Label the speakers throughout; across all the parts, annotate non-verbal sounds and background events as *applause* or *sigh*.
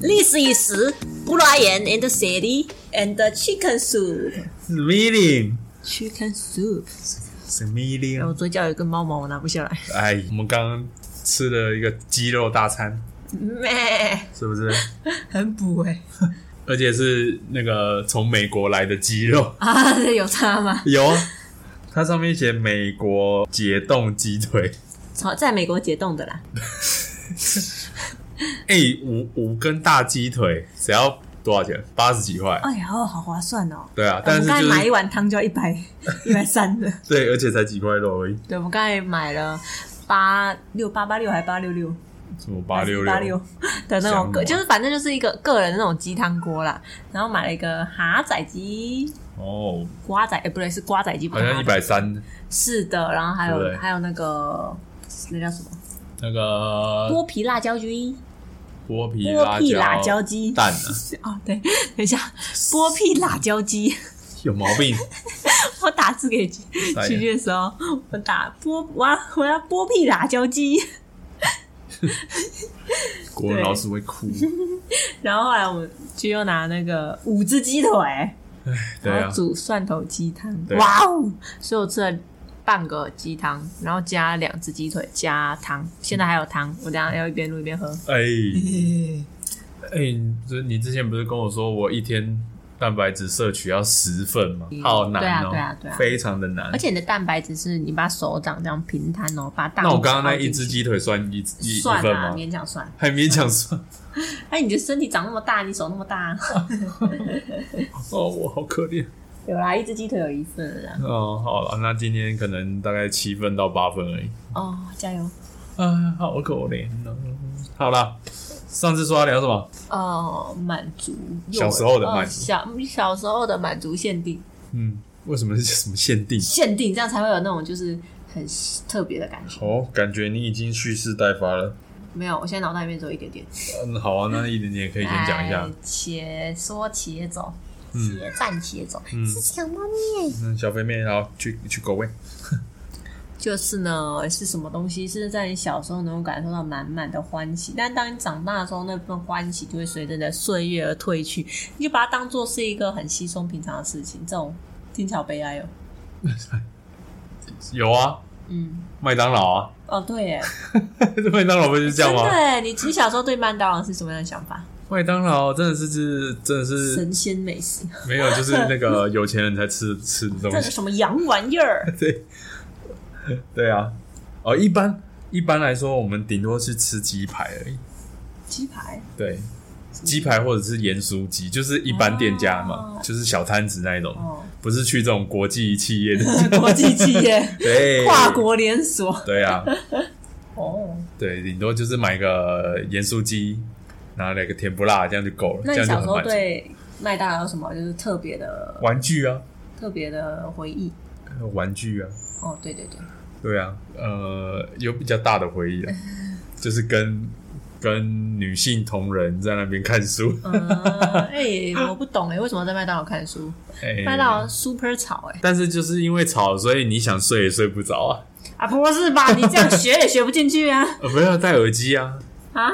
Speaker 1: this is Brian and Sally and the chicken soup.
Speaker 2: 什么令？
Speaker 1: Chicken soup。
Speaker 2: 什么令
Speaker 1: 然哎后？我嘴角有一根猫毛，我拿不下来。
Speaker 2: 哎，我们刚刚吃了一个鸡肉大餐，
Speaker 1: 咩，*laughs*
Speaker 2: 是不是？
Speaker 1: *laughs* 很补哎、
Speaker 2: 而且是那个从美国来的鸡肉，
Speaker 1: *laughs* 啊，有差吗？
Speaker 2: 有啊，它上面写美国解冻鸡腿。
Speaker 1: 好，在美国解冻的啦。
Speaker 2: 哎、五五根大鸡腿，只要多少钱？八十几块。
Speaker 1: 哎呀，哦好划算哦。
Speaker 2: 对啊，
Speaker 1: 我
Speaker 2: 但
Speaker 1: 们
Speaker 2: 是
Speaker 1: 刚才
Speaker 2: 就
Speaker 1: 买一
Speaker 2: 是
Speaker 1: 碗汤就要一
Speaker 2: *laughs*
Speaker 1: 百一百三的。
Speaker 2: 对，而且才几块肉而已，
Speaker 1: 对，我们刚才买了八六八八六还八六六
Speaker 2: 什么八六
Speaker 1: 八六的那种个，就
Speaker 2: 香吗
Speaker 1: 是反正就是一个个人的那种鸡汤锅啦。然后买了一个蛤仔鸡、
Speaker 2: 哦，
Speaker 1: 瓜仔，哎、不对，是瓜仔鸡，不
Speaker 2: 好
Speaker 1: 是
Speaker 2: 像
Speaker 1: 蛤
Speaker 2: 一
Speaker 1: 仔
Speaker 2: 百三。
Speaker 1: 是的，然后还有
Speaker 2: 对不对
Speaker 1: 还有那个那叫什么
Speaker 2: 那个
Speaker 1: 剥皮辣椒鸡，
Speaker 2: 剥呃皮
Speaker 1: 剥皮辣椒
Speaker 2: 椒
Speaker 1: 鸡
Speaker 2: 蛋啊，
Speaker 1: *laughs* 哦，对，等一下，剥皮辣椒鸡， *laughs*
Speaker 2: 有毛病，
Speaker 1: 我打字给曲
Speaker 2: 傻眼
Speaker 1: 曲的时候，我打剥，我要我要剥皮辣椒鸡。 *laughs*
Speaker 2: 国文老师会哭。
Speaker 1: 然后后来我们就又拿那个五只鸡腿，
Speaker 2: 对
Speaker 1: 然
Speaker 2: 啊
Speaker 1: 后，煮蒜头鸡汤，
Speaker 2: 对
Speaker 1: 哇哦！所以我吃了半个鸡汤，然后加两只鸡腿加汤，现在还有汤，我等一下要一边录一边喝。
Speaker 2: 哎、哎、就是你之前不是跟我说我一天蛋白质摄取要十份吗？好难
Speaker 1: 嗯对啊
Speaker 2: 哦、
Speaker 1: 对啊对啊
Speaker 2: 非常的难
Speaker 1: 而。且你的蛋白质是你把手掌这样平摊哦，把大拇指
Speaker 2: 那我刚刚那
Speaker 1: 凹进
Speaker 2: 一
Speaker 1: 去
Speaker 2: 只鸡腿算一一一
Speaker 1: 算
Speaker 2: 份
Speaker 1: 啊，
Speaker 2: 吗？
Speaker 1: 勉强算。
Speaker 2: 还勉强算。
Speaker 1: 哎，你的身体长那么大，你手那么大，啊
Speaker 2: *laughs* 哦，我好可怜。
Speaker 1: *laughs* 有啦，一只鸡腿有一份啊了啦。
Speaker 2: 哦，好了，那今天可能大概七份到八份而已。
Speaker 1: 哦，加油！
Speaker 2: 啊，好可怜哦。好了，上次说要聊什么？
Speaker 1: 哦，满足幼
Speaker 2: 小
Speaker 1: 儿
Speaker 2: 时候的
Speaker 1: 哦
Speaker 2: 满足
Speaker 1: 小小时候的满足限定，
Speaker 2: 嗯，为什么是 *laughs* 什么限定？
Speaker 1: 限定，这样才会有那种就是很特别的感觉。
Speaker 2: 哦，感觉你已经蓄势待发了。
Speaker 1: 没有，我现在脑袋里面只有一点点。
Speaker 2: 嗯，好啊，那一点点可以先讲一下
Speaker 1: 哎。且说且走，
Speaker 2: 嗯
Speaker 1: 且战且走，
Speaker 2: 嗯
Speaker 1: 是什么呢？
Speaker 2: 嗯，小肥妹，好，去去狗位。
Speaker 1: 就是呢，是什么东西是在你小时候能够感受到满满的欢喜，但当你长大的时候，那份欢喜就会随着你的岁月而褪去，你就把它当做是一个很稀松平常的事情，这种听起来好悲哀哦。
Speaker 2: 有啊，
Speaker 1: 嗯，
Speaker 2: 麦当劳啊， *laughs*
Speaker 1: 哦对耶，
Speaker 2: 麦当劳不是这样
Speaker 1: 真的
Speaker 2: 吗？
Speaker 1: 耶，你你小时候对麦当劳是什么样的想法？
Speaker 2: 麦当劳真的是是真的是
Speaker 1: 神仙美食，
Speaker 2: 没有，就是那
Speaker 1: *laughs*
Speaker 2: 个有钱人才吃吃的
Speaker 1: 这
Speaker 2: 东
Speaker 1: 是
Speaker 2: 西。
Speaker 1: 什么洋玩意儿？
Speaker 2: 对，对啊，哦，一般一般来说，我们顶多是吃鸡排而已。
Speaker 1: 鸡排，
Speaker 2: 对，鸡排或者是盐酥鸡，就是一般店家嘛，
Speaker 1: 哦
Speaker 2: 就是小摊子那一种，
Speaker 1: 哦，
Speaker 2: 不是去这种国际
Speaker 1: *laughs*
Speaker 2: 企业的。
Speaker 1: 国际企 *laughs* 业，
Speaker 2: 对，
Speaker 1: 跨。国连锁，
Speaker 2: 对啊，
Speaker 1: 哦。
Speaker 2: 对，顶多就是买个盐酥鸡，然后来个甜不辣，这样就够了，
Speaker 1: 那
Speaker 2: 这
Speaker 1: 你
Speaker 2: 样就
Speaker 1: 小时
Speaker 2: 很
Speaker 1: 候
Speaker 2: 满足。
Speaker 1: 对麦当劳有什么就是特别的、
Speaker 2: 玩具啊，
Speaker 1: 特别的回忆？
Speaker 2: 玩具啊，
Speaker 1: 哦，对对对，
Speaker 2: 对啊，呃，有比较大的回忆啊，就是跟跟女性同仁在那边看书，
Speaker 1: 嗯，哎、我不懂哎、为什么在麦当劳看书？
Speaker 2: 哎
Speaker 1: 麦当劳 super 吵哎、
Speaker 2: 但是就是因为吵，所以你想睡也睡不着啊，
Speaker 1: 啊，不是吧？你这样学也学不进去啊！
Speaker 2: 呃，不要戴耳机啊，
Speaker 1: 啊，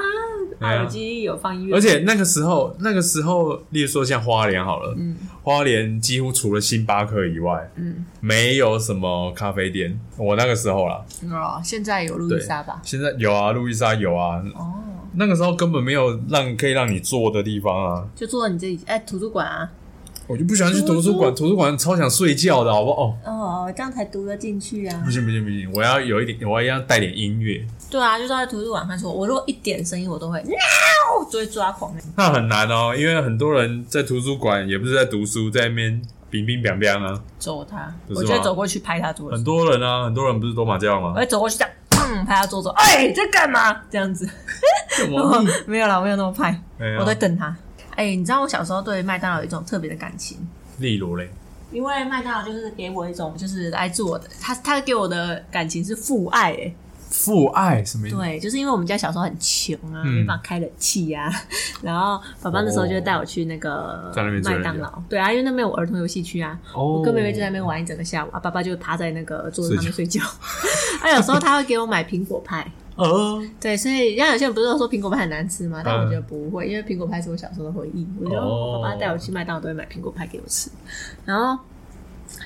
Speaker 2: 对啊
Speaker 1: 耳机有放音乐，
Speaker 2: 而且那个时候，那个时候，例如说像花莲好了，
Speaker 1: 嗯
Speaker 2: 花莲几乎除了星巴克以外，
Speaker 1: 嗯，
Speaker 2: 没有什么咖啡店。我那个时候啦，
Speaker 1: 哦，现在有路易莎吧？
Speaker 2: 现在有啊，路易莎有啊，
Speaker 1: 哦，
Speaker 2: 那个时候根本没有让可以让你坐的地方啊。
Speaker 1: 就坐你自己哎、图书馆啊，
Speaker 2: 我就不喜欢去图书馆，图书馆超想睡觉的，好不好？哦，
Speaker 1: 哦，这样才读得进去啊
Speaker 2: 不。行不行不行，我要有一点，我要带点音乐，
Speaker 1: 对啊，就是在图书馆看书，我如果一点声音我都会，就会抓狂、欸
Speaker 2: 那很难哦，因为很多人在图书馆也不是在读书，在那边冰冰凉凉啊，
Speaker 1: 揍他，
Speaker 2: 不是
Speaker 1: 我就会
Speaker 2: 吗
Speaker 1: 走过去拍他桌子
Speaker 2: 很。多人啊，很多人不是都麻将吗
Speaker 1: 我？会走过去这样，砰拍他桌子，哎、在干嘛？这样子，
Speaker 2: 干嘛
Speaker 1: *laughs* 没有啦，我没有那么派，
Speaker 2: 哎呀
Speaker 1: 我在等他。哎、你知道我小时候对麦当劳有一种特别的感情，
Speaker 2: 例如嘞，
Speaker 1: 因为麦当劳就是给我一种就是来自我的，他他给我的感情是父爱、哎，
Speaker 2: 父爱什么意思？
Speaker 1: 对，就是因为我们家小时候很穷啊，
Speaker 2: 嗯
Speaker 1: 没办法开冷气啊， *laughs* 然后爸爸那时候就会带我去那个
Speaker 2: 在那边追
Speaker 1: 麦
Speaker 2: 人家
Speaker 1: 当劳，对啊，因为那边有儿童游戏区啊，
Speaker 2: 哦
Speaker 1: 我跟妹妹就在那边 *laughs* 玩一整个下午啊，爸爸就趴在那个桌子上面睡觉。啊，有时候他会给我买苹果派，
Speaker 2: 哦，
Speaker 1: 对，所以像有些人不是都说苹果派很难吃吗？但我
Speaker 2: 嗯
Speaker 1: 觉得不会，因为苹果派是我小时候的回忆。我觉得
Speaker 2: 哦
Speaker 1: 我爸爸带我去麦当劳都会买苹果派给我吃，然后。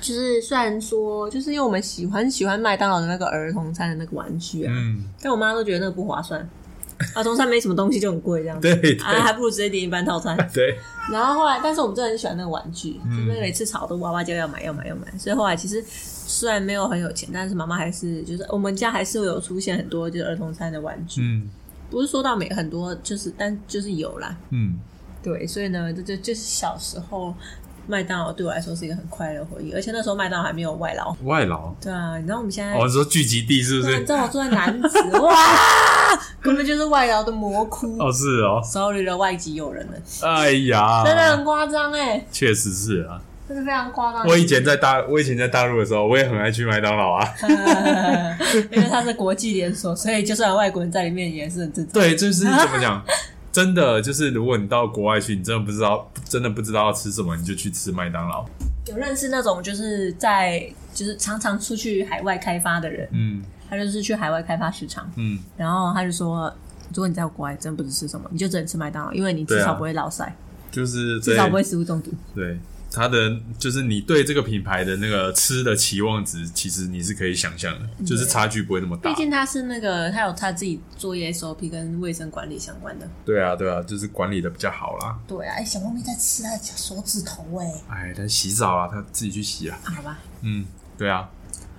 Speaker 1: 就是虽然说，就是因为我们喜欢喜欢麦当劳的那个儿童餐的那个玩具啊，
Speaker 2: 嗯，
Speaker 1: 但我妈都觉得那个不划算，儿童餐没什么东西就很贵这样子，
Speaker 2: 对对嗯
Speaker 1: 啊，还不如直接点一般套餐。
Speaker 2: 对，
Speaker 1: 然后后来，但是我们真的很喜欢那个玩具，
Speaker 2: 嗯
Speaker 1: 就是每次吵都哇哇叫要买要买要买。所以后来其实虽然没有很有钱，但是妈妈还是就是我们家还是有出现很多就是儿童餐的玩具，
Speaker 2: 嗯
Speaker 1: 不是说到每很多就是但就是有啦。
Speaker 2: 嗯，
Speaker 1: 对，所以呢，这就就是小时候麦当劳对我来说是一个很快乐的回忆，而且那时候麦当劳还没有外劳。
Speaker 2: 外劳，
Speaker 1: 对啊，你知道我们现在。
Speaker 2: 哦，你说聚集地是不
Speaker 1: 对啊你
Speaker 2: 是
Speaker 1: 知？道我坐在南子，哇，
Speaker 2: *laughs*
Speaker 1: 根本就是外劳的魔窟。
Speaker 2: 哦，是哦，
Speaker 1: Sorry 了，外籍友人了，
Speaker 2: 哎呀，
Speaker 1: 真的很夸张哎，
Speaker 2: 确实是啊。
Speaker 1: 真的非常夸张。
Speaker 2: 我以前在大，我以前在大陆的时候，我也很爱去麦当劳啊。
Speaker 1: 因为它是国际连锁，所以就算有外国人在里面也是很正
Speaker 2: *laughs*
Speaker 1: 常。
Speaker 2: *laughs* 对，就是怎么讲，真的就是，如果你到国外去，你真的不知道，真的不知道要吃什么，你就去吃麦当劳。
Speaker 1: 有认识那种就是在就是常常出去海外开发的人，
Speaker 2: 嗯
Speaker 1: 他就是去海外开发市场，
Speaker 2: 嗯，
Speaker 1: 然后他就说，如果你在国外真不知吃什么，你就只能吃麦当劳，因为你至
Speaker 2: 对
Speaker 1: 少
Speaker 2: 啊
Speaker 1: 不会老塞，
Speaker 2: 就是
Speaker 1: 至
Speaker 2: 对
Speaker 1: 少不会食物中毒。
Speaker 2: 对它的，就是你对这个品牌的那个吃的期望值，其实你是可以想象的，就是差距不会那么大
Speaker 1: 嗯毕。竟他是那个他有他自己作业 SOP 跟卫生管理相关的。
Speaker 2: 对啊对啊，就是管理的比较好啦。
Speaker 1: 对啊，哎、小猫咪在吃它的小手指头哎、
Speaker 2: 哎，他洗澡啊，他自己去洗啊。
Speaker 1: 好吧，
Speaker 2: 嗯，对啊。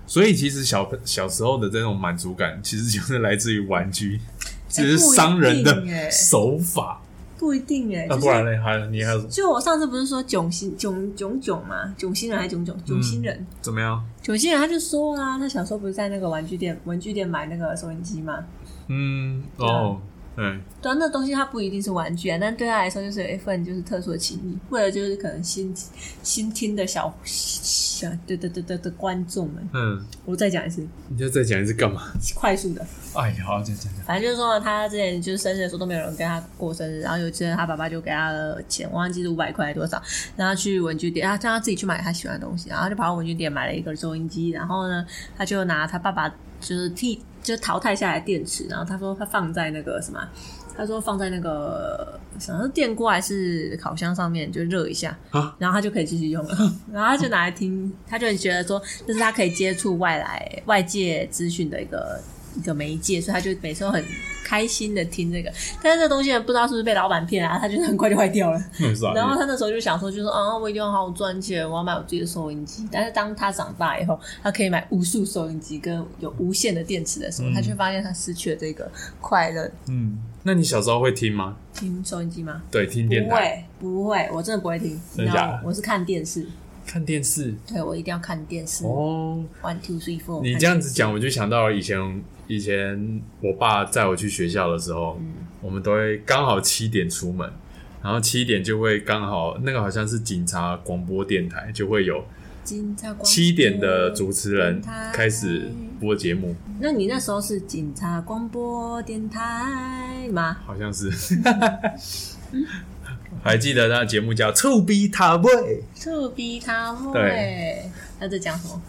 Speaker 2: 所以其实小小时候的这种满足感，其实就是来自于玩具，这是商人
Speaker 1: 哎不一定欸
Speaker 2: 的手法。
Speaker 1: 不一定哎、
Speaker 2: 那、
Speaker 1: 就是
Speaker 2: 啊不然呢？还有你还有什么
Speaker 1: 就我上次不是说囧星囧囧囧嘛，囧星人还是囧囧
Speaker 2: 嗯
Speaker 1: 囧星人，
Speaker 2: 怎么样？
Speaker 1: 囧星人他就说啊，他小时候不是在那个玩具店文具店买那个收音机嘛，
Speaker 2: 嗯，哦，对，
Speaker 1: 对啊，那东西它不一定是玩具啊，但对他来说就是有一份就是特殊的情谊，为了就是可能新新听的小小对对对对的观众们，
Speaker 2: 嗯，
Speaker 1: 我再讲一次，
Speaker 2: 你要再讲一次干嘛？
Speaker 1: 快速的，
Speaker 2: 哎呀，好，讲讲讲。
Speaker 1: 反正就是说他之前就是生日的时候都没有人跟他过生日，然后有一次他爸爸就给他了钱，我忘记是五百块还是多少，然后去文具店，啊他让他自己去买他喜欢的东西，然后就跑到文具店买了一个收音机，然后呢，他就拿他爸爸就是替就是淘汰下来的电池，然后他说他放在那个什么啊。他说放在那个想是电锅还是烤箱上面就热一下，
Speaker 2: 啊
Speaker 1: 然后他就可以继续用了。 *laughs* 然后他就拿来听，他就觉得说这是他可以接触外来外界资讯的一个一个媒介，所以他就每次都很开心的听这个。但是这东西不知道是不是被老板骗啊，他就是很快就坏
Speaker 2: *laughs*
Speaker 1: 掉了。
Speaker 2: 没事啊
Speaker 1: 然后他那时候就想说，就说啊，我一定要好好赚钱，我要买我自己的收音机。但是当他长大以后，他可以买无数收音机跟有无限的电池的时候，
Speaker 2: 嗯
Speaker 1: 他却发现他失去了这个快乐。
Speaker 2: 嗯，那你小时候会听吗？
Speaker 1: 听收音机吗？
Speaker 2: 对，听电
Speaker 1: 不
Speaker 2: 台、
Speaker 1: 会，不会，我真的不会听。
Speaker 2: 真的假的
Speaker 1: No，我是看电视，
Speaker 2: 看电视。
Speaker 1: 对我一定要看电视。
Speaker 2: 哦，
Speaker 1: One two three four，
Speaker 2: 你这样子讲，我就想到了以前以前我爸载我去学校的时候，我们都会刚好七点出门，然后七点就会刚好那个好像是警察广播电台就会有
Speaker 1: 金叉光
Speaker 2: 七点的主持人
Speaker 1: 台
Speaker 2: 开始播节目，
Speaker 1: 那你那时候是警察广播电台吗？
Speaker 2: 好像是。还记得那节目叫《臭逼塔位》，
Speaker 1: 特逼他会
Speaker 2: 对，
Speaker 1: 他在讲什么？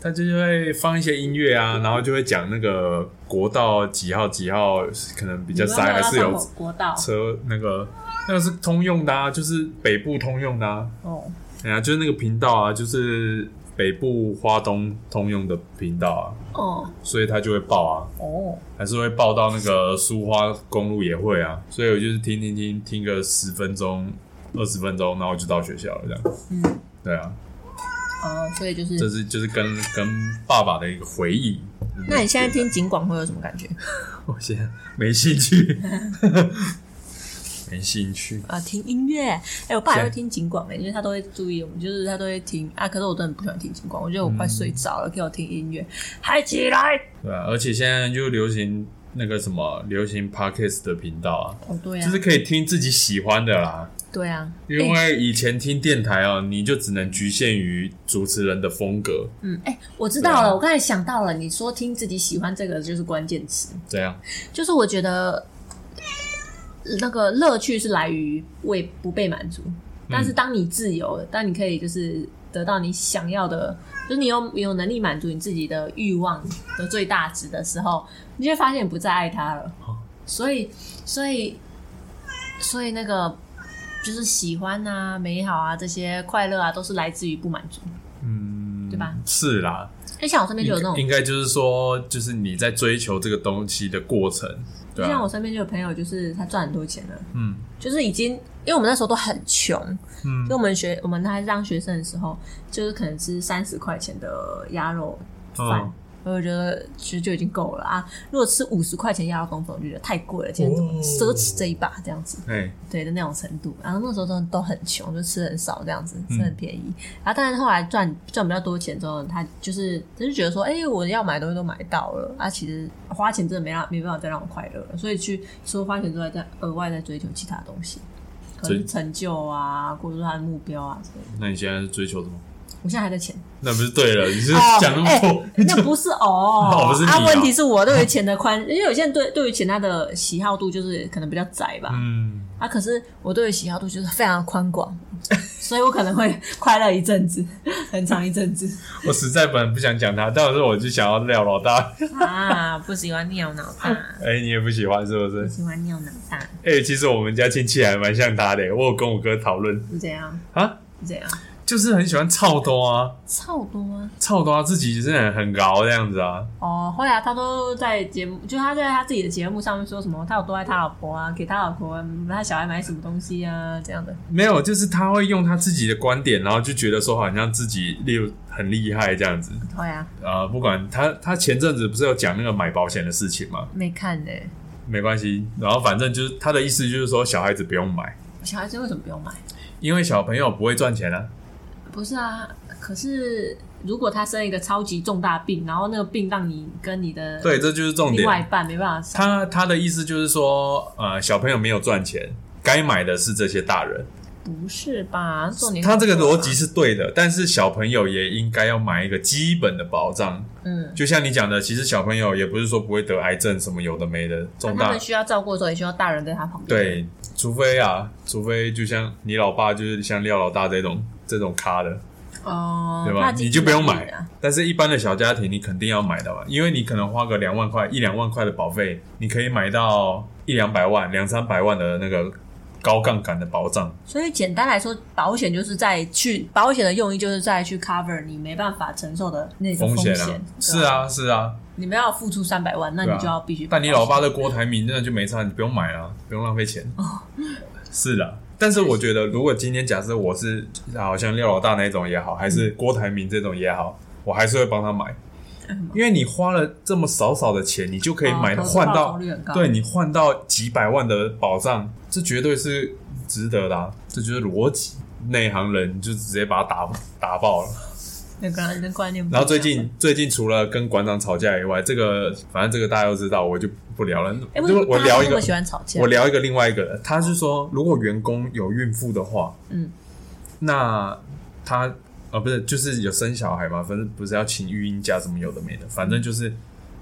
Speaker 2: 他就是会放一些音乐啊，然后就会讲那个国道几号几号，可能比
Speaker 1: 比
Speaker 2: 较塞，还是有
Speaker 1: 国道
Speaker 2: 车那个那个是通用的啊，就是北部通用的啊，
Speaker 1: 哦，
Speaker 2: 哎呀，就是那个频道啊，就是北部花东通用的频道啊，
Speaker 1: 哦
Speaker 2: 所以它就会爆啊，
Speaker 1: 哦，
Speaker 2: 还是会爆到那个苏花公路也会啊，所以我就是听听听听个十分钟、二十分钟，然后就到学校了这样。
Speaker 1: 嗯，
Speaker 2: 对啊，
Speaker 1: 哦，所以就
Speaker 2: 这
Speaker 1: 是，
Speaker 2: 是就是跟跟爸爸的一个回忆。
Speaker 1: 那你现在听警广会有什么感觉？
Speaker 2: 我现在没兴趣，没兴趣。
Speaker 1: 啊，听音乐，哎、我爸也会
Speaker 2: 是
Speaker 1: 听警广哎、因为他都会注意我们，就是他都会听啊。可是我真的不喜欢听警广，我觉得我
Speaker 2: 嗯
Speaker 1: 快睡着了，给我听音乐，嗨起来！
Speaker 2: 对啊，而且现在就流行那个什么流行 podcast 的频道啊，
Speaker 1: 哦，对
Speaker 2: 就
Speaker 1: 啊
Speaker 2: 是，可以听自己喜欢的啦。
Speaker 1: 对啊，
Speaker 2: 因为以前听电台哦，你就只能局限于主持人的风格，
Speaker 1: 嗯，哎、我知道
Speaker 2: 对
Speaker 1: 了，
Speaker 2: 啊
Speaker 1: 我刚才想到了，你说听自己喜欢这个就是关键词，
Speaker 2: 这样。
Speaker 1: 就是我觉得呃那个
Speaker 2: 嗯
Speaker 1: 乐趣是来于为不被满足，但是当你自由了，当你可以就是得到你想要的，就是你有有能力满足你自己的欲望的最大值的时候，你就会发现你不再爱他了。
Speaker 2: 哦
Speaker 1: 所以，所以，所以那个就是喜欢啊、美好啊这些快乐啊，都是来自于不满足。
Speaker 2: 嗯，
Speaker 1: 对吧？
Speaker 2: 是啦，
Speaker 1: 就像我身边就有那种
Speaker 2: 应应该就是说，就是你在追求这个东西的过程，对
Speaker 1: 就像
Speaker 2: 啊
Speaker 1: 我，身边就有朋友，就是他赚很多钱了，
Speaker 2: 嗯
Speaker 1: 就是已经，因为我们那时候都很穷，
Speaker 2: 嗯
Speaker 1: 就我们学我们还是当学生的时候，就是可能吃三十块钱的鸭肉饭。
Speaker 2: 嗯
Speaker 1: 我觉得其实就已经够了啊！如果吃五十块钱鸭肉公粉，我就觉得太贵了，今天怎么
Speaker 2: 哦
Speaker 1: 奢侈这一把这样子？
Speaker 2: 哎、
Speaker 1: 对的那种程度。然后那时候真的都很穷，就吃很少这样子，
Speaker 2: 嗯
Speaker 1: 吃很便宜。然后但是后来赚赚比较多钱之后，他就是他就觉得说，哎、我要买的东西都买到了，啊，其实花钱真的没让没办法再让我快乐了，所以去除了花钱之外，再额外再追求其他东西，可能是
Speaker 2: 追
Speaker 1: 成就啊，或者是他的目标啊之类的。
Speaker 2: 那你现在是追求什么？
Speaker 1: 我现在还
Speaker 2: *laughs*
Speaker 1: 在钱，
Speaker 2: 那不是对了，你是
Speaker 1: 哦
Speaker 2: 讲那么多，
Speaker 1: 那不是哦，
Speaker 2: *laughs* 哦不是你
Speaker 1: 啊，
Speaker 2: 哦
Speaker 1: 问题是我对于钱的宽，因为有些人对对于钱他的喜好度就是可能比较窄吧，
Speaker 2: 嗯，
Speaker 1: 啊，可是我对于喜好度就是非常宽广，所以我可能会快乐一阵子，很长一阵子
Speaker 2: 我实在本来不想讲他，但是我就想要廖老大。
Speaker 1: 啊，不喜欢尿脑大，
Speaker 2: 哎、你也不喜欢是不是
Speaker 1: 不？喜欢尿脑大，
Speaker 2: 哎、其实我们家亲戚还蛮像他的，我有跟我哥讨论
Speaker 1: 是这样，
Speaker 2: 啊，
Speaker 1: 是这样，
Speaker 2: 就是很喜欢操多啊，
Speaker 1: 超多啊！
Speaker 2: 操多啊，自己真的很很高这样子啊，
Speaker 1: 哦，后来他都在节目，就他在他自己的节目上面说什么，他有多爱他老婆啊，给他老婆、他小孩买什么东西啊，这样的。
Speaker 2: 没有，就是他会用他自己的观点，然后就觉得说好像自己例如很厉害这样子
Speaker 1: 对啊，
Speaker 2: 啊、不管他他前阵子不是有讲那个买保险的事情嘛，
Speaker 1: 没看呢、
Speaker 2: 没关系，然后反正就是他的意思就是说小孩子不用买，
Speaker 1: 小孩子为什么不用买？
Speaker 2: 因为小朋友不会赚钱啊。
Speaker 1: 不是啊，可是如果他生一个超级重大病，然后那个病让你跟你的
Speaker 2: 对，这就是重
Speaker 1: 另外一
Speaker 2: 点。
Speaker 1: 半没办法，
Speaker 2: 他他的意思就是说，呃，小朋友没有赚钱，该买的是这些大人。
Speaker 1: 不是吧？重点
Speaker 2: 他这个逻辑，是对的，但是小朋友也应该要买一个基本的保障。
Speaker 1: 嗯，
Speaker 2: 就像你讲的，其实小朋友也不是说不会得癌症什么有的没的，重
Speaker 1: 他
Speaker 2: 大
Speaker 1: 们需要照顾的时候，也需要大人在他旁边。，
Speaker 2: 对，除非啊，除非就像你老爸就是像廖老大这种这种咖的，
Speaker 1: 哦、
Speaker 2: 对吧？
Speaker 1: 那
Speaker 2: 你就不用买
Speaker 1: 啊。。
Speaker 2: 但是一般的小家庭，你肯定要买的嘛，因为你可能花个两万块、一两万块的保费，你可以买到一两百万、两三百万的那个高杠杆的保障。
Speaker 1: 所以简单来说，保险就是在去保险的用意就是在去 cover 你没办法承受的那个
Speaker 2: 风
Speaker 1: 险
Speaker 2: 险啊，是，
Speaker 1: 对吧
Speaker 2: 啊，是啊，
Speaker 1: 你们要付出三百万，那你
Speaker 2: 对啊
Speaker 1: 就要必须保险。
Speaker 2: 但你老爸的郭台铭那就没差，你不用买了，不用浪费钱。
Speaker 1: 哦
Speaker 2: 是的，但是我觉得，如果今天假设我是啊好像廖老大那种也好，还是郭台铭这种也好，我还是会帮他买，因为你花了这么少少的钱，你就可以买
Speaker 1: 哦投资
Speaker 2: 换
Speaker 1: 报酬
Speaker 2: 到
Speaker 1: 率很高，
Speaker 2: 对你换到几百万的保障，这绝对是值得的啊、这就是逻辑。内行人就直接把他打打爆了。
Speaker 1: 那个人的观念不一样。
Speaker 2: 然后最近最近除了跟馆长吵架以外，这个反正这个大家都知道，我就不聊了。
Speaker 1: 哎，为
Speaker 2: 就
Speaker 1: 什么
Speaker 2: 是我
Speaker 1: 大家
Speaker 2: 聊一
Speaker 1: 那么
Speaker 2: 个，
Speaker 1: 喜欢吵架？
Speaker 2: 我聊一个另外一个的，他是说，如果员工有孕妇的话，
Speaker 1: 嗯，
Speaker 2: 那他呃不是就是有生小孩嘛，反正不是要请育婴假什么有的没的，反正就是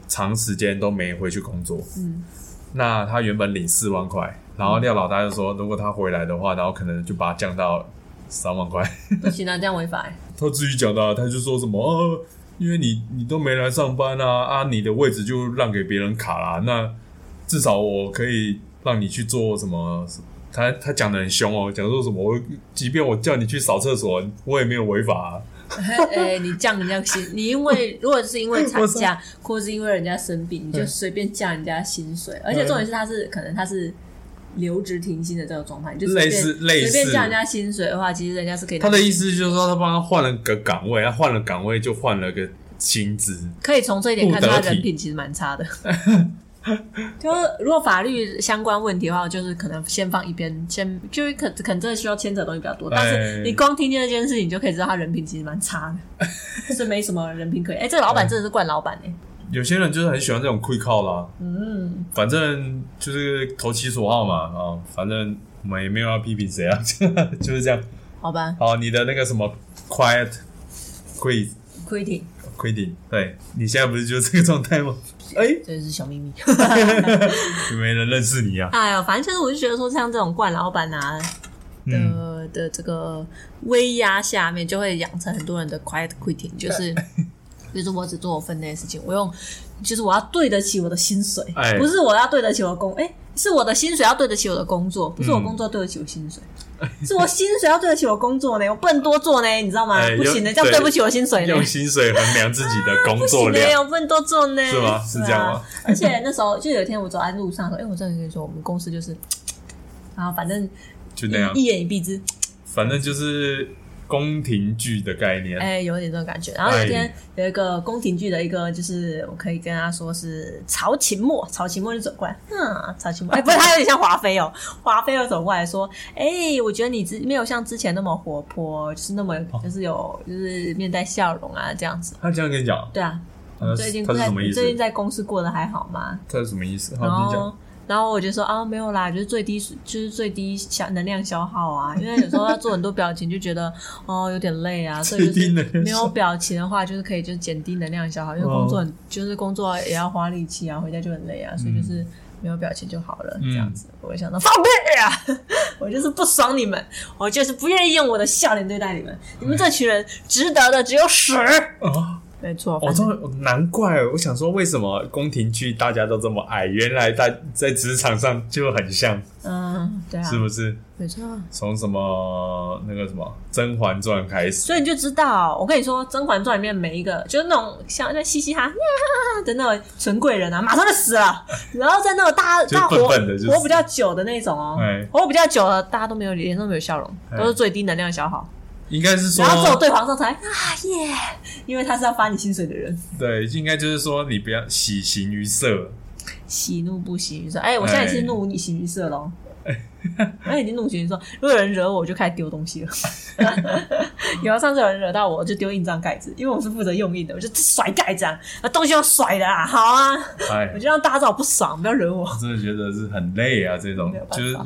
Speaker 2: 长时间都没回去工作。
Speaker 1: 嗯，
Speaker 2: 那他原本领四万块，然后廖老大就说，如果他回来的话，然后可能就把它降到三万块。
Speaker 1: 不行啊，这样违法欸。
Speaker 2: 他自己讲的啊、他就说什么哦，因为你你都没来上班啊，啊，你的位置就让给别人卡啦，那至少我可以让你去做什么。他他讲的很凶哦，讲说什么，我即便我叫你去扫厕所，我也没有违法、啊。
Speaker 1: 哎，你降人家薪，你因为如果是因为产
Speaker 2: 我操
Speaker 1: 假，或是因为人家生病，你就
Speaker 2: 对
Speaker 1: 随便降人家薪水，而且重点是他是可能他是留职停薪的这个状态，你就随便
Speaker 2: 类似类似
Speaker 1: 随便降人家薪水的话，其实人家是可以
Speaker 2: 他的意思就是说，他帮他换了个岗位，他换了岗位就换了个薪资。
Speaker 1: 可以从这一点看出他
Speaker 2: 不得体
Speaker 1: 人品其实蛮差的。 *laughs* 就是如果法律相关问题的话，就是可能先放一边，先就是可可能真的需要牵扯的东西比较多。但是
Speaker 2: 哎
Speaker 1: 你光听见这件事情，你就可以知道他人品其实蛮差的， *laughs* 是没什么人品可以。哎、这个老板真的是惯老板哎、
Speaker 2: 有些人就是很喜欢这种跪靠啦，
Speaker 1: 嗯，
Speaker 2: 反正就是投其所好嘛啊、反正我们也没有要批评谁啊， *laughs* 就是这样。
Speaker 1: 好吧
Speaker 2: 好，哦你的那个什么 quiet quit
Speaker 1: ，quitting。
Speaker 2: quitting，对你现在不是就是这个状态吗？ *laughs* 哎、
Speaker 1: 这是小秘
Speaker 2: *laughs*
Speaker 1: 密。
Speaker 2: 有没人认识你啊？
Speaker 1: 哎呀，反正就是我就觉得说，像这种惯老板啊的、
Speaker 2: 嗯
Speaker 1: 呃的这个威压下面，就会养成很多人的 quiet quitting，就是 *laughs* 就是我只做我分内的事情，我用就是我要对得起我的薪水，
Speaker 2: 哎
Speaker 1: 不是我要对得起我的工，哎、是我的薪水要对得起我的工作，不是我工作对得起我薪水。
Speaker 2: 哎
Speaker 1: 是我薪水要对得起我工作呢，我不能多做呢，你知道吗？
Speaker 2: 哎
Speaker 1: 不行的，这样对不起我薪水呢。
Speaker 2: 用薪水衡量自己的工
Speaker 1: 不
Speaker 2: 作
Speaker 1: 行的，
Speaker 2: 量，
Speaker 1: 我不能多做呢。
Speaker 2: 是吗是这样吗
Speaker 1: 啊？ *laughs* 而且那时候就有一天我走在路上，说：“哎、我真的跟你说，我们公司就是，然后反正
Speaker 2: 就那样
Speaker 1: 一，眼一闭之，
Speaker 2: 反正就是宫廷剧的概念。
Speaker 1: 哎、有点这种感觉。”然后有一天
Speaker 2: 哎
Speaker 1: 有一个宫廷剧的一个，就是我可以跟他说是曹琴墨，曹琴墨就走过来，嗯，曹
Speaker 2: *laughs*
Speaker 1: 琴墨，哎、不是，他有点像华妃哦，华妃又走过来说：“哎、我觉得你之没有像之前那么活泼，就是那么
Speaker 2: 哦
Speaker 1: 就是有就是面带笑容啊这样子。
Speaker 2: 他这样跟你讲”，
Speaker 1: 对啊，
Speaker 2: 他
Speaker 1: 最近
Speaker 2: 他是
Speaker 1: 在
Speaker 2: 什么意
Speaker 1: 你最近
Speaker 2: 思？
Speaker 1: 在公司过得还好吗？
Speaker 2: 他是什么意思？
Speaker 1: 然
Speaker 2: 哦好，你
Speaker 1: 后
Speaker 2: 讲。，
Speaker 1: 然后我就说啊，没有啦，就是最低，就是最低消能量消耗啊，因为有时候要做很多表情，就觉得哦有点累啊，所以就
Speaker 2: 最低能
Speaker 1: 是
Speaker 2: 量
Speaker 1: 没有表情的话，就是可以就减低能量消耗，因为
Speaker 2: 哦
Speaker 1: 工作很、就是工作也要花力气啊，回家就很累啊，所以就是。没有表情就好了，
Speaker 2: 嗯
Speaker 1: 这样子，我就想到放屁啊！ *laughs* 我就是不爽你们，我就是不愿意用我的笑脸对待你们，你们这群人值得的只有屎。哦
Speaker 2: 啊，
Speaker 1: 没错，
Speaker 2: 我
Speaker 1: 反正
Speaker 2: 终于哦难怪，我想说为什么宫廷剧大家都这么矮，原来大在职场上就很像，
Speaker 1: 嗯，对啊
Speaker 2: 是，不是？
Speaker 1: 没错。
Speaker 2: 从什么那个什么《甄嬛传》开始，
Speaker 1: 所以你就知道，我跟你说，《甄嬛传》里面每一个就是那种像那嘻嘻哈哈的那种纯贵人啊，马上就死
Speaker 2: *laughs*
Speaker 1: 了。然后在那种大
Speaker 2: 就是
Speaker 1: 大家活
Speaker 2: 笨笨的就是
Speaker 1: 活比较久的那种哦
Speaker 2: 哎，
Speaker 1: 活比较久了，大家都没有脸都没有笑容，
Speaker 2: 哎
Speaker 1: 都是最低能量消耗。
Speaker 2: 应该是说
Speaker 1: 然后只有对皇上才啊耶，因为他是要发你薪水的人，
Speaker 2: 对，应该就是说你不要喜形于色，
Speaker 1: 喜怒不形于色。哎，我现在已经
Speaker 2: 哎
Speaker 1: 怒你形于色喽。那已经怒形于色，如果有人惹我，我就开始丢东西了。有啊，上次有人惹到我，我就丢印章盖子，因为我是负责用印的，我就甩盖子啊，啊东西要甩的啊，好啊，
Speaker 2: 哎
Speaker 1: 我，就让大家知道我不爽，不要惹我。
Speaker 2: 我真的觉得是很累啊，这种
Speaker 1: 没有办法
Speaker 2: 就是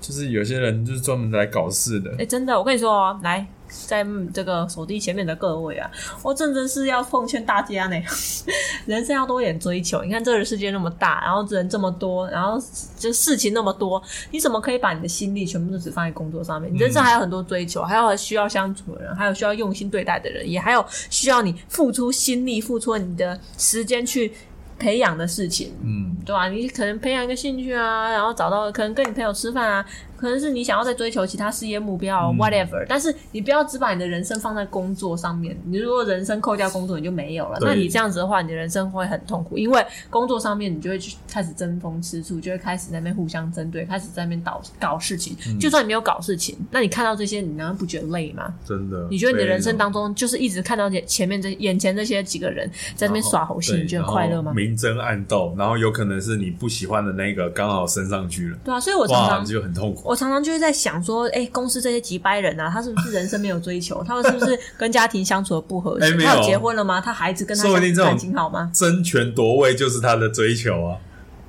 Speaker 2: 就是有些人就是专门来搞事的
Speaker 1: 哎、，真的，我跟你说哦，来，在嗯这个手机前面的各位啊，我真的是要奉劝大家呢， *laughs* 人生要多一点追求。你看这个世界那么大，然后人这么多，然后就事情那么多，你怎么可以把你的心力全部都只放在工作上面？你人生还有很多追求，还有需要相处的人，还有需要用心对待的人，也还有需要你付出心力、付出你的时间去培养的事情。
Speaker 2: 嗯，
Speaker 1: 对啊，你可能培养一个兴趣啊，然后找到可能跟你朋友吃饭啊，可能是你想要再追求其他事业目标、
Speaker 2: 嗯
Speaker 1: whatever，但是你不要只把你的人生放在工作上面。你如果人生扣掉工作，你就没有了。
Speaker 2: 对
Speaker 1: 那你这样子的话，你的人生会很痛苦，因为工作上面你就会去开始争风吃醋，就会开始在那边互相针对，开始在那边搞搞事情。
Speaker 2: 嗯
Speaker 1: 就算你没有搞事情，那你看到这些，你难道不觉得累吗？
Speaker 2: 真的，
Speaker 1: 你觉得你的人生
Speaker 2: 非常
Speaker 1: 当中就是一直看到眼前面这眼前这些几个人在那边耍猴戏，
Speaker 2: 对
Speaker 1: 你觉得很快乐
Speaker 2: 然后
Speaker 1: 吗？
Speaker 2: 明争暗斗，然后有可能是你不喜欢的那个刚好升上去了，
Speaker 1: 对啊，所以我常
Speaker 2: 哇，
Speaker 1: 常
Speaker 2: 你就很痛苦。
Speaker 1: 我常常就是在想说，哎、公司这些几百人啊，他是不是人生没有追求？他们是不是跟家庭相处的不
Speaker 2: *laughs*
Speaker 1: 和谐？
Speaker 2: 哎没有
Speaker 1: 他有结婚了吗？他孩子跟他
Speaker 2: 说不定这种
Speaker 1: 感情好吗？
Speaker 2: 争权夺位就是他的追求啊，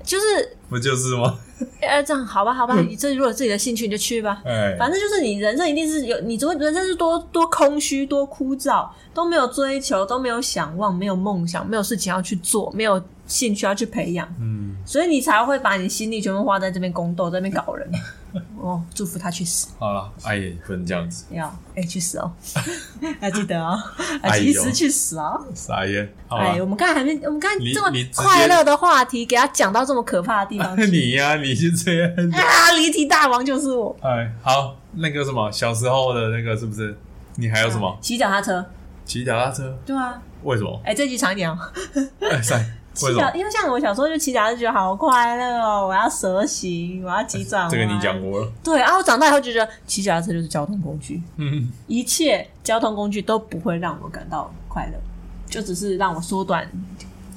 Speaker 1: 就是，
Speaker 2: 不就是吗？
Speaker 1: 哎、这样好吧，好吧，
Speaker 2: 嗯
Speaker 1: 你这如果有自己的兴趣你就去吧。
Speaker 2: 哎，
Speaker 1: 反正就是你人生一定是有，你只会人生是多多空虚、多枯燥，都没有追求，都没有想望，没有梦想，没有事情要去做，没有兴趣要去培养，
Speaker 2: 嗯，
Speaker 1: 所以你才会把你心力全部花在这边宫斗，在那边搞
Speaker 2: *laughs*
Speaker 1: 人。哦，祝福他去死。
Speaker 2: 好了，哎，不能这样子，
Speaker 1: 要哎、去死哦！要记得哦，
Speaker 2: 哎呦
Speaker 1: 及时去死哦！
Speaker 2: 傻眼，好
Speaker 1: 哎，
Speaker 2: 了
Speaker 1: 我，们刚才还没，我们刚才
Speaker 2: 你
Speaker 1: 这么
Speaker 2: 你直接
Speaker 1: 快乐的话题，给他讲到这么可怕的地方去
Speaker 2: *laughs* 你呀，你是这样子，
Speaker 1: 啊！离题大王就是我。
Speaker 2: 哎，好，那个什么，小时候的那个是不是？你还有什么？
Speaker 1: 骑脚踏车？
Speaker 2: 骑脚踏车？
Speaker 1: 对啊，
Speaker 2: 为什么？
Speaker 1: 哎、这集长一点哦。*laughs*
Speaker 2: 哎，塞，为
Speaker 1: 骑
Speaker 2: 什么
Speaker 1: 脚，？因为像我小时候就骑脚踏车，觉得好快乐哦！我要蛇行，我要急转弯。
Speaker 2: 这个你讲。过了，
Speaker 1: 对啊，我长大以后就觉得骑脚踏车就是交通工具，
Speaker 2: 嗯，
Speaker 1: 一切交通工具都不会让我感到快乐，就只是让我缩短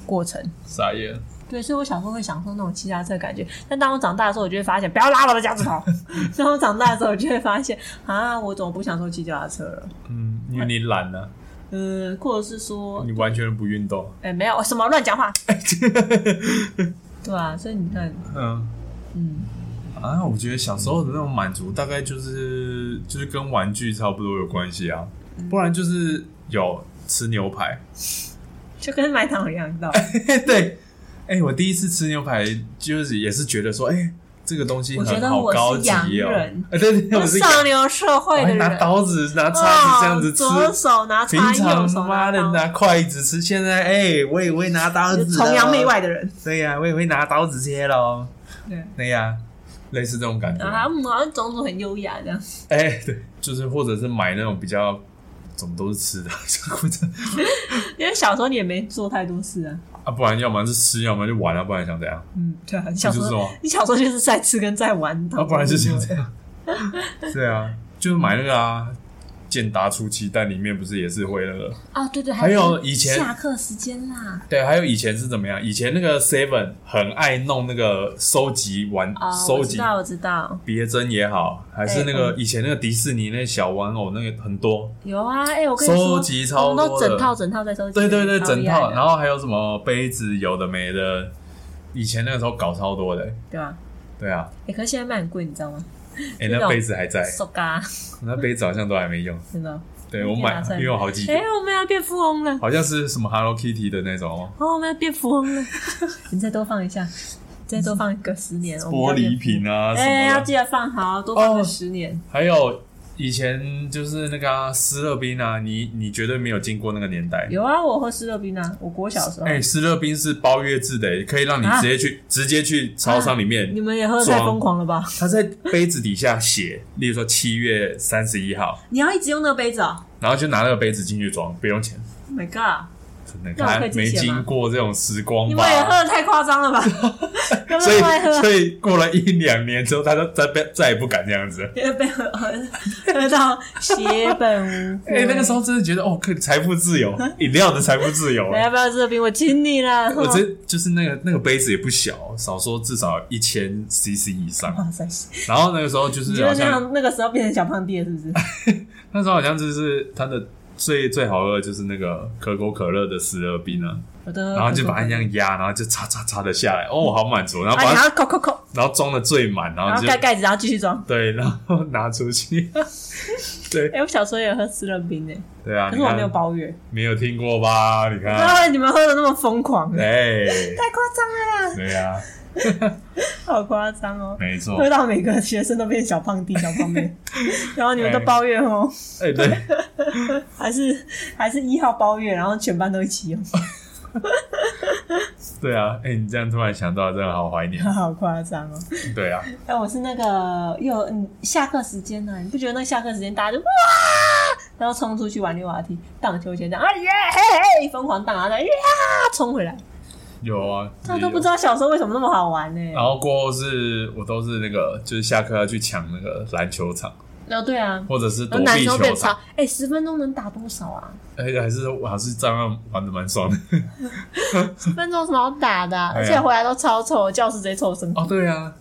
Speaker 1: 过程。
Speaker 2: 傻眼，
Speaker 1: 对，所以我小时候会享受那种骑脚踏车的感觉，但当我长大的时候，我就会发现，不要拉我的脚趾头。 *laughs* 当我长大的时候，我就会发现，啊，我怎么不享受骑脚踏车了？
Speaker 2: 嗯，因为你懒啊，
Speaker 1: 嗯，或者是说，
Speaker 2: 你完全不运动，
Speaker 1: 哎、没有什么乱讲
Speaker 2: *laughs*
Speaker 1: 话，对啊，所以你看，
Speaker 2: 嗯。
Speaker 1: 嗯，
Speaker 2: 啊，我觉得小时候的那种满足，大概就是就是跟玩具差不多有关系啊，
Speaker 1: 嗯
Speaker 2: 不然就是有吃牛排。 *laughs*
Speaker 1: 就跟买糖一样，你知道吗？
Speaker 2: 对，哎、我第一次吃牛排就是也是觉得说，哎、这个东西
Speaker 1: 我觉
Speaker 2: 很
Speaker 1: 得
Speaker 2: 好
Speaker 1: 我是
Speaker 2: 高级
Speaker 1: 洋
Speaker 2: 哦
Speaker 1: 人。
Speaker 2: 哎，对对，我是
Speaker 1: 上流社
Speaker 2: 我
Speaker 1: 会
Speaker 2: 还
Speaker 1: 的
Speaker 2: 拿
Speaker 1: 人，
Speaker 2: 刀子、拿叉子这样子吃，
Speaker 1: 哦左手拿
Speaker 2: 平
Speaker 1: 叉，右
Speaker 2: 常
Speaker 1: 手
Speaker 2: 妈的
Speaker 1: 刀，
Speaker 2: 拿筷子吃，现在哎、我也会拿刀
Speaker 1: 就
Speaker 2: 子
Speaker 1: 是
Speaker 2: 咯，
Speaker 1: 崇洋媚外的人。
Speaker 2: 对呀、我也会拿刀子切喽。
Speaker 1: 对，
Speaker 2: 对呀、类似这种感觉。
Speaker 1: 然后他们好像种族很优雅这样。
Speaker 2: 哎、对，就是或者是买那种比较怎么都是吃的， *laughs* 或者
Speaker 1: 因为小时候你也没做太多事啊，
Speaker 2: 啊，不然要么是吃，要么就玩啊，不然想怎样？
Speaker 1: 嗯，对啊，你
Speaker 2: 就
Speaker 1: 小时
Speaker 2: 是这
Speaker 1: 候
Speaker 2: 种，
Speaker 1: 你小时候就是在吃跟在玩，
Speaker 2: 啊，不然就想
Speaker 1: *laughs*
Speaker 2: 这样。对啊，就是买那个啊，健达出奇蛋里面不是也是会那个？
Speaker 1: 啊，对对，
Speaker 2: 还有
Speaker 1: 是
Speaker 2: 以前
Speaker 1: 下课时间啦，
Speaker 2: 对，还有以前是怎么样？以前那个 Seven 很爱弄那个收集玩、
Speaker 1: 哦，
Speaker 2: 收
Speaker 1: 我
Speaker 2: 集
Speaker 1: 知道我知道，
Speaker 2: 别针也好，还是那个、
Speaker 1: 哎
Speaker 2: 以前那个迪士尼那小玩偶那个很多，
Speaker 1: 有啊，哎，我跟你说，
Speaker 2: 收集超
Speaker 1: 我们
Speaker 2: 多的
Speaker 1: 都整套整套在收集，
Speaker 2: 对对对，整套，然
Speaker 1: 后
Speaker 2: 后还有什么杯子，有的没的，以前那个时候搞超多的、
Speaker 1: 对吧？
Speaker 2: 对啊，
Speaker 1: 哎，可是现在卖很贵，你知道吗？
Speaker 2: 哎、
Speaker 1: 那
Speaker 2: 那
Speaker 1: 种
Speaker 2: 杯子还在，
Speaker 1: 手嘎，
Speaker 2: 那杯子好像都还没用，
Speaker 1: 真的，
Speaker 2: 对我
Speaker 1: 你
Speaker 2: 买
Speaker 1: 拿出来
Speaker 2: 因为我好几
Speaker 1: 哎，我们要变富翁了，
Speaker 2: 好像是什么 Hello Kitty 的那种哦，
Speaker 1: 哦，我们要变富翁了，你再多放一下，再多放个十年，我们
Speaker 2: 玻
Speaker 1: 要变
Speaker 2: 璃瓶啊什
Speaker 1: 哎，
Speaker 2: 么
Speaker 1: 要
Speaker 2: 的，
Speaker 1: 记得放好，多放
Speaker 2: 哦
Speaker 1: 个十年。
Speaker 2: 还有以前就是那个啊斯乐冰啊，你你绝对没有经过那个年代。
Speaker 1: 有啊，我喝湿热冰啊，我国小的时候。
Speaker 2: 哎、斯乐冰是包月制的、可以让你
Speaker 1: 啊
Speaker 2: 直接去、直接去超商里面
Speaker 1: 你们也喝的太
Speaker 2: 装
Speaker 1: 疯狂了吧？
Speaker 2: 他在杯子底下写，例如说七月三十一号，
Speaker 1: 你要一直用那个杯子哦。
Speaker 2: 然后就拿那个杯子进去装，不用钱。
Speaker 1: Oh my god！
Speaker 2: 真的，
Speaker 1: 那我
Speaker 2: 看
Speaker 1: 可以自
Speaker 2: 没
Speaker 1: 己写吗
Speaker 2: 经过这种时光
Speaker 1: 你们也喝
Speaker 2: 吧，
Speaker 1: 的太夸张了
Speaker 2: *laughs*
Speaker 1: 吧？根
Speaker 2: 所以
Speaker 1: 本不爱喝，
Speaker 2: 所以过了一两年之后，他就再被再也不敢这样子了。
Speaker 1: 也被喝喝到血本无
Speaker 2: *laughs* 哎、
Speaker 1: 归。
Speaker 2: 那个时候真的觉得哦，可以财富自
Speaker 1: *laughs*
Speaker 2: 由，饮料的财富自由。啊
Speaker 1: 哎，要不要热冰？我请你了。
Speaker 2: 我真就是那个那个杯子也不小，少说至少一千 CC 以上。
Speaker 1: 哇塞！
Speaker 2: 然后那个时候就
Speaker 1: *laughs* 你
Speaker 2: 是
Speaker 1: 就
Speaker 2: 好
Speaker 1: 那
Speaker 2: 像
Speaker 1: 样，那个时候变成小胖爹是不
Speaker 2: *laughs*
Speaker 1: 是？
Speaker 2: 那时候好像就是它的最最好喝的就是那个可口可乐的十二冰啊，
Speaker 1: 我都喝
Speaker 2: 然后就
Speaker 1: 可口
Speaker 2: 把它这样压，然后就擦擦擦的下来，哦，好满足，然后
Speaker 1: 啊，
Speaker 2: 把
Speaker 1: 然
Speaker 2: 它
Speaker 1: 后扣扣扣，
Speaker 2: 然后装的最满，然
Speaker 1: 然
Speaker 2: 后
Speaker 1: 后
Speaker 2: 就
Speaker 1: 盖盖子，然后继续装。
Speaker 2: 对，然后拿出去， *laughs* 对
Speaker 1: 哎，我小时候也喝湿热冰诶，
Speaker 2: 对啊，
Speaker 1: 可
Speaker 2: 你
Speaker 1: 是我
Speaker 2: 看
Speaker 1: 没有包月。
Speaker 2: 没有听过吧？
Speaker 1: *laughs*
Speaker 2: 你看，
Speaker 1: 啊，你们喝的那么疯狂，太
Speaker 2: 哎，
Speaker 1: 夸张了啦，
Speaker 2: 对啊，
Speaker 1: 好夸张哦。*laughs*
Speaker 2: 没错
Speaker 1: 喝，到每个学生都变小胖弟、小胖
Speaker 2: *laughs*
Speaker 1: 妹，然后你们都包月哦，
Speaker 2: 哎对，
Speaker 1: 还是 *laughs* 还是一号包月，然后全班都一起用， *laughs*
Speaker 2: 对啊，哎，你这样突然想到，真的好怀念，
Speaker 1: 好夸张哦！
Speaker 2: 对啊，
Speaker 1: 哎，我是那个又嗯下课时间呢、啊你不觉得那下课时间大家就哇，然后冲出去玩溜滑梯、荡秋千这样啊耶嘿嘿，疯狂荡啊，然后呀冲回来，
Speaker 2: 有
Speaker 1: *laughs*
Speaker 2: 啊，
Speaker 1: 他们都不知
Speaker 2: 道。
Speaker 1: 道小时候为什么那么好玩呢、
Speaker 2: 然后过后是我都是那个，就是下课要去抢那个篮球场，
Speaker 1: 然后对啊，
Speaker 2: 或者是
Speaker 1: 然
Speaker 2: 躲
Speaker 1: 后男
Speaker 2: 避
Speaker 1: 生
Speaker 2: 球
Speaker 1: 会被
Speaker 2: 场
Speaker 1: 超，，哎、十分钟能打多少啊？
Speaker 2: 哎，还是还是这样玩的蛮爽的。 *laughs*
Speaker 1: 十分钟有什么好打的啊、
Speaker 2: 哎
Speaker 1: 而
Speaker 2: 呀
Speaker 1: 且回来都超臭，教室直接臭生。
Speaker 2: 哦，对啊，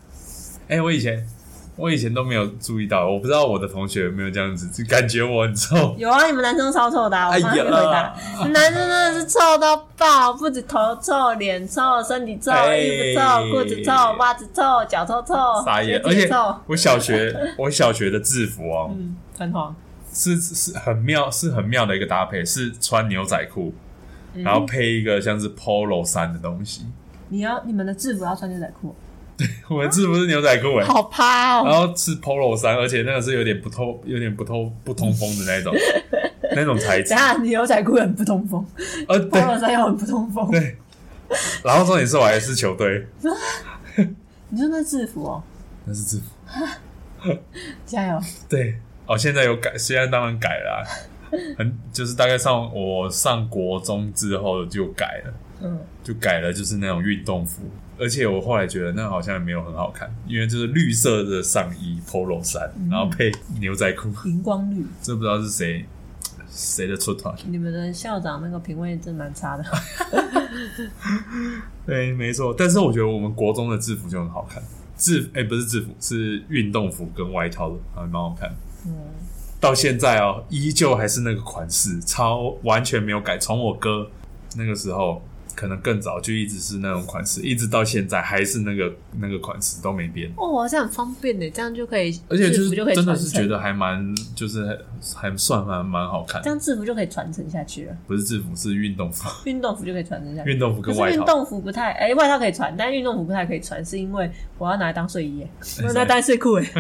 Speaker 2: 哎、我以前我以前都没有注意到，我不知道我的同学有没有这样子，就感觉我很臭。
Speaker 1: 有啊，你们男生超臭的、啊，我
Speaker 2: 哎
Speaker 1: 妈
Speaker 2: 呀
Speaker 1: 没回答。 *laughs* 男生真的是臭到爆，不止头臭、脸臭、身体臭、
Speaker 2: 哎
Speaker 1: 衣服臭、裤子臭、袜子臭、脚臭臭、
Speaker 2: 傻眼
Speaker 1: 鞋，
Speaker 2: 而
Speaker 1: 子也
Speaker 2: 且
Speaker 1: 臭，
Speaker 2: 我小学我小学的制服哦，
Speaker 1: 嗯，很黄，
Speaker 2: 是是很妙，是很妙的一个搭配，是穿牛仔裤，
Speaker 1: 嗯
Speaker 2: 然后配一个像是 polo 衫的东西。 *laughs*
Speaker 1: 你要你们的制服要穿牛仔裤，
Speaker 2: 我的制服是牛仔裤哎、
Speaker 1: 好趴
Speaker 2: 然
Speaker 1: 哦。
Speaker 2: 后是 polo 衫，而且那个是有点不透、有点不透、不通风的那种
Speaker 1: *laughs*
Speaker 2: 那种材质
Speaker 1: 等一。下你牛仔裤很不通风
Speaker 2: 呃，对
Speaker 1: ，polo 衫又很不通风。
Speaker 2: 对。 *laughs* 然后重点是我还是球队，
Speaker 1: 你说那制服哦，
Speaker 2: 那是制服。
Speaker 1: 加油！
Speaker 2: 对，哦，现在有改，现在当然改了啊、很就是大概上我上国中之后就改了，
Speaker 1: 嗯，
Speaker 2: 就改了就是那种运动服，而且我后来觉得那好像也没有很好看，因为就是绿色的上衣 polo 衫，然后配牛仔裤，
Speaker 1: 荧光绿，
Speaker 2: 这不知道是谁谁的出团。
Speaker 1: 你们的校长那个品味真蛮差的。
Speaker 2: 对，没错，但是我觉得我们国中的制服就很好看，制哎、不是制服是运动服跟外套的，还蛮好看。
Speaker 1: 嗯，
Speaker 2: 到现在哦，依旧还是那个款式，超完全没有改。从我哥那个时候，可能更早就一直是那种款式，一直到现在还是那个那个款式都没变。
Speaker 1: *laughs* 哦，这样很方便的，这样就可以，
Speaker 2: 而且
Speaker 1: 制
Speaker 2: 就
Speaker 1: 服
Speaker 2: 是
Speaker 1: 可以
Speaker 2: 真的
Speaker 1: 传
Speaker 2: 是
Speaker 1: 承，
Speaker 2: 觉得还蛮，就是还还算蛮蛮好看
Speaker 1: 这。样制服就可以传承下去了，
Speaker 2: 不是制服，是运动服，
Speaker 1: 运动服就可以传承下去。
Speaker 2: 运动服
Speaker 1: 可
Speaker 2: 跟
Speaker 1: 是
Speaker 2: 外
Speaker 1: 运
Speaker 2: 套。
Speaker 1: 动服不太，哎、外套可以穿，但运动服不太可以穿，是因为我要拿来当睡衣耶，我要拿来当睡裤耶。 *laughs*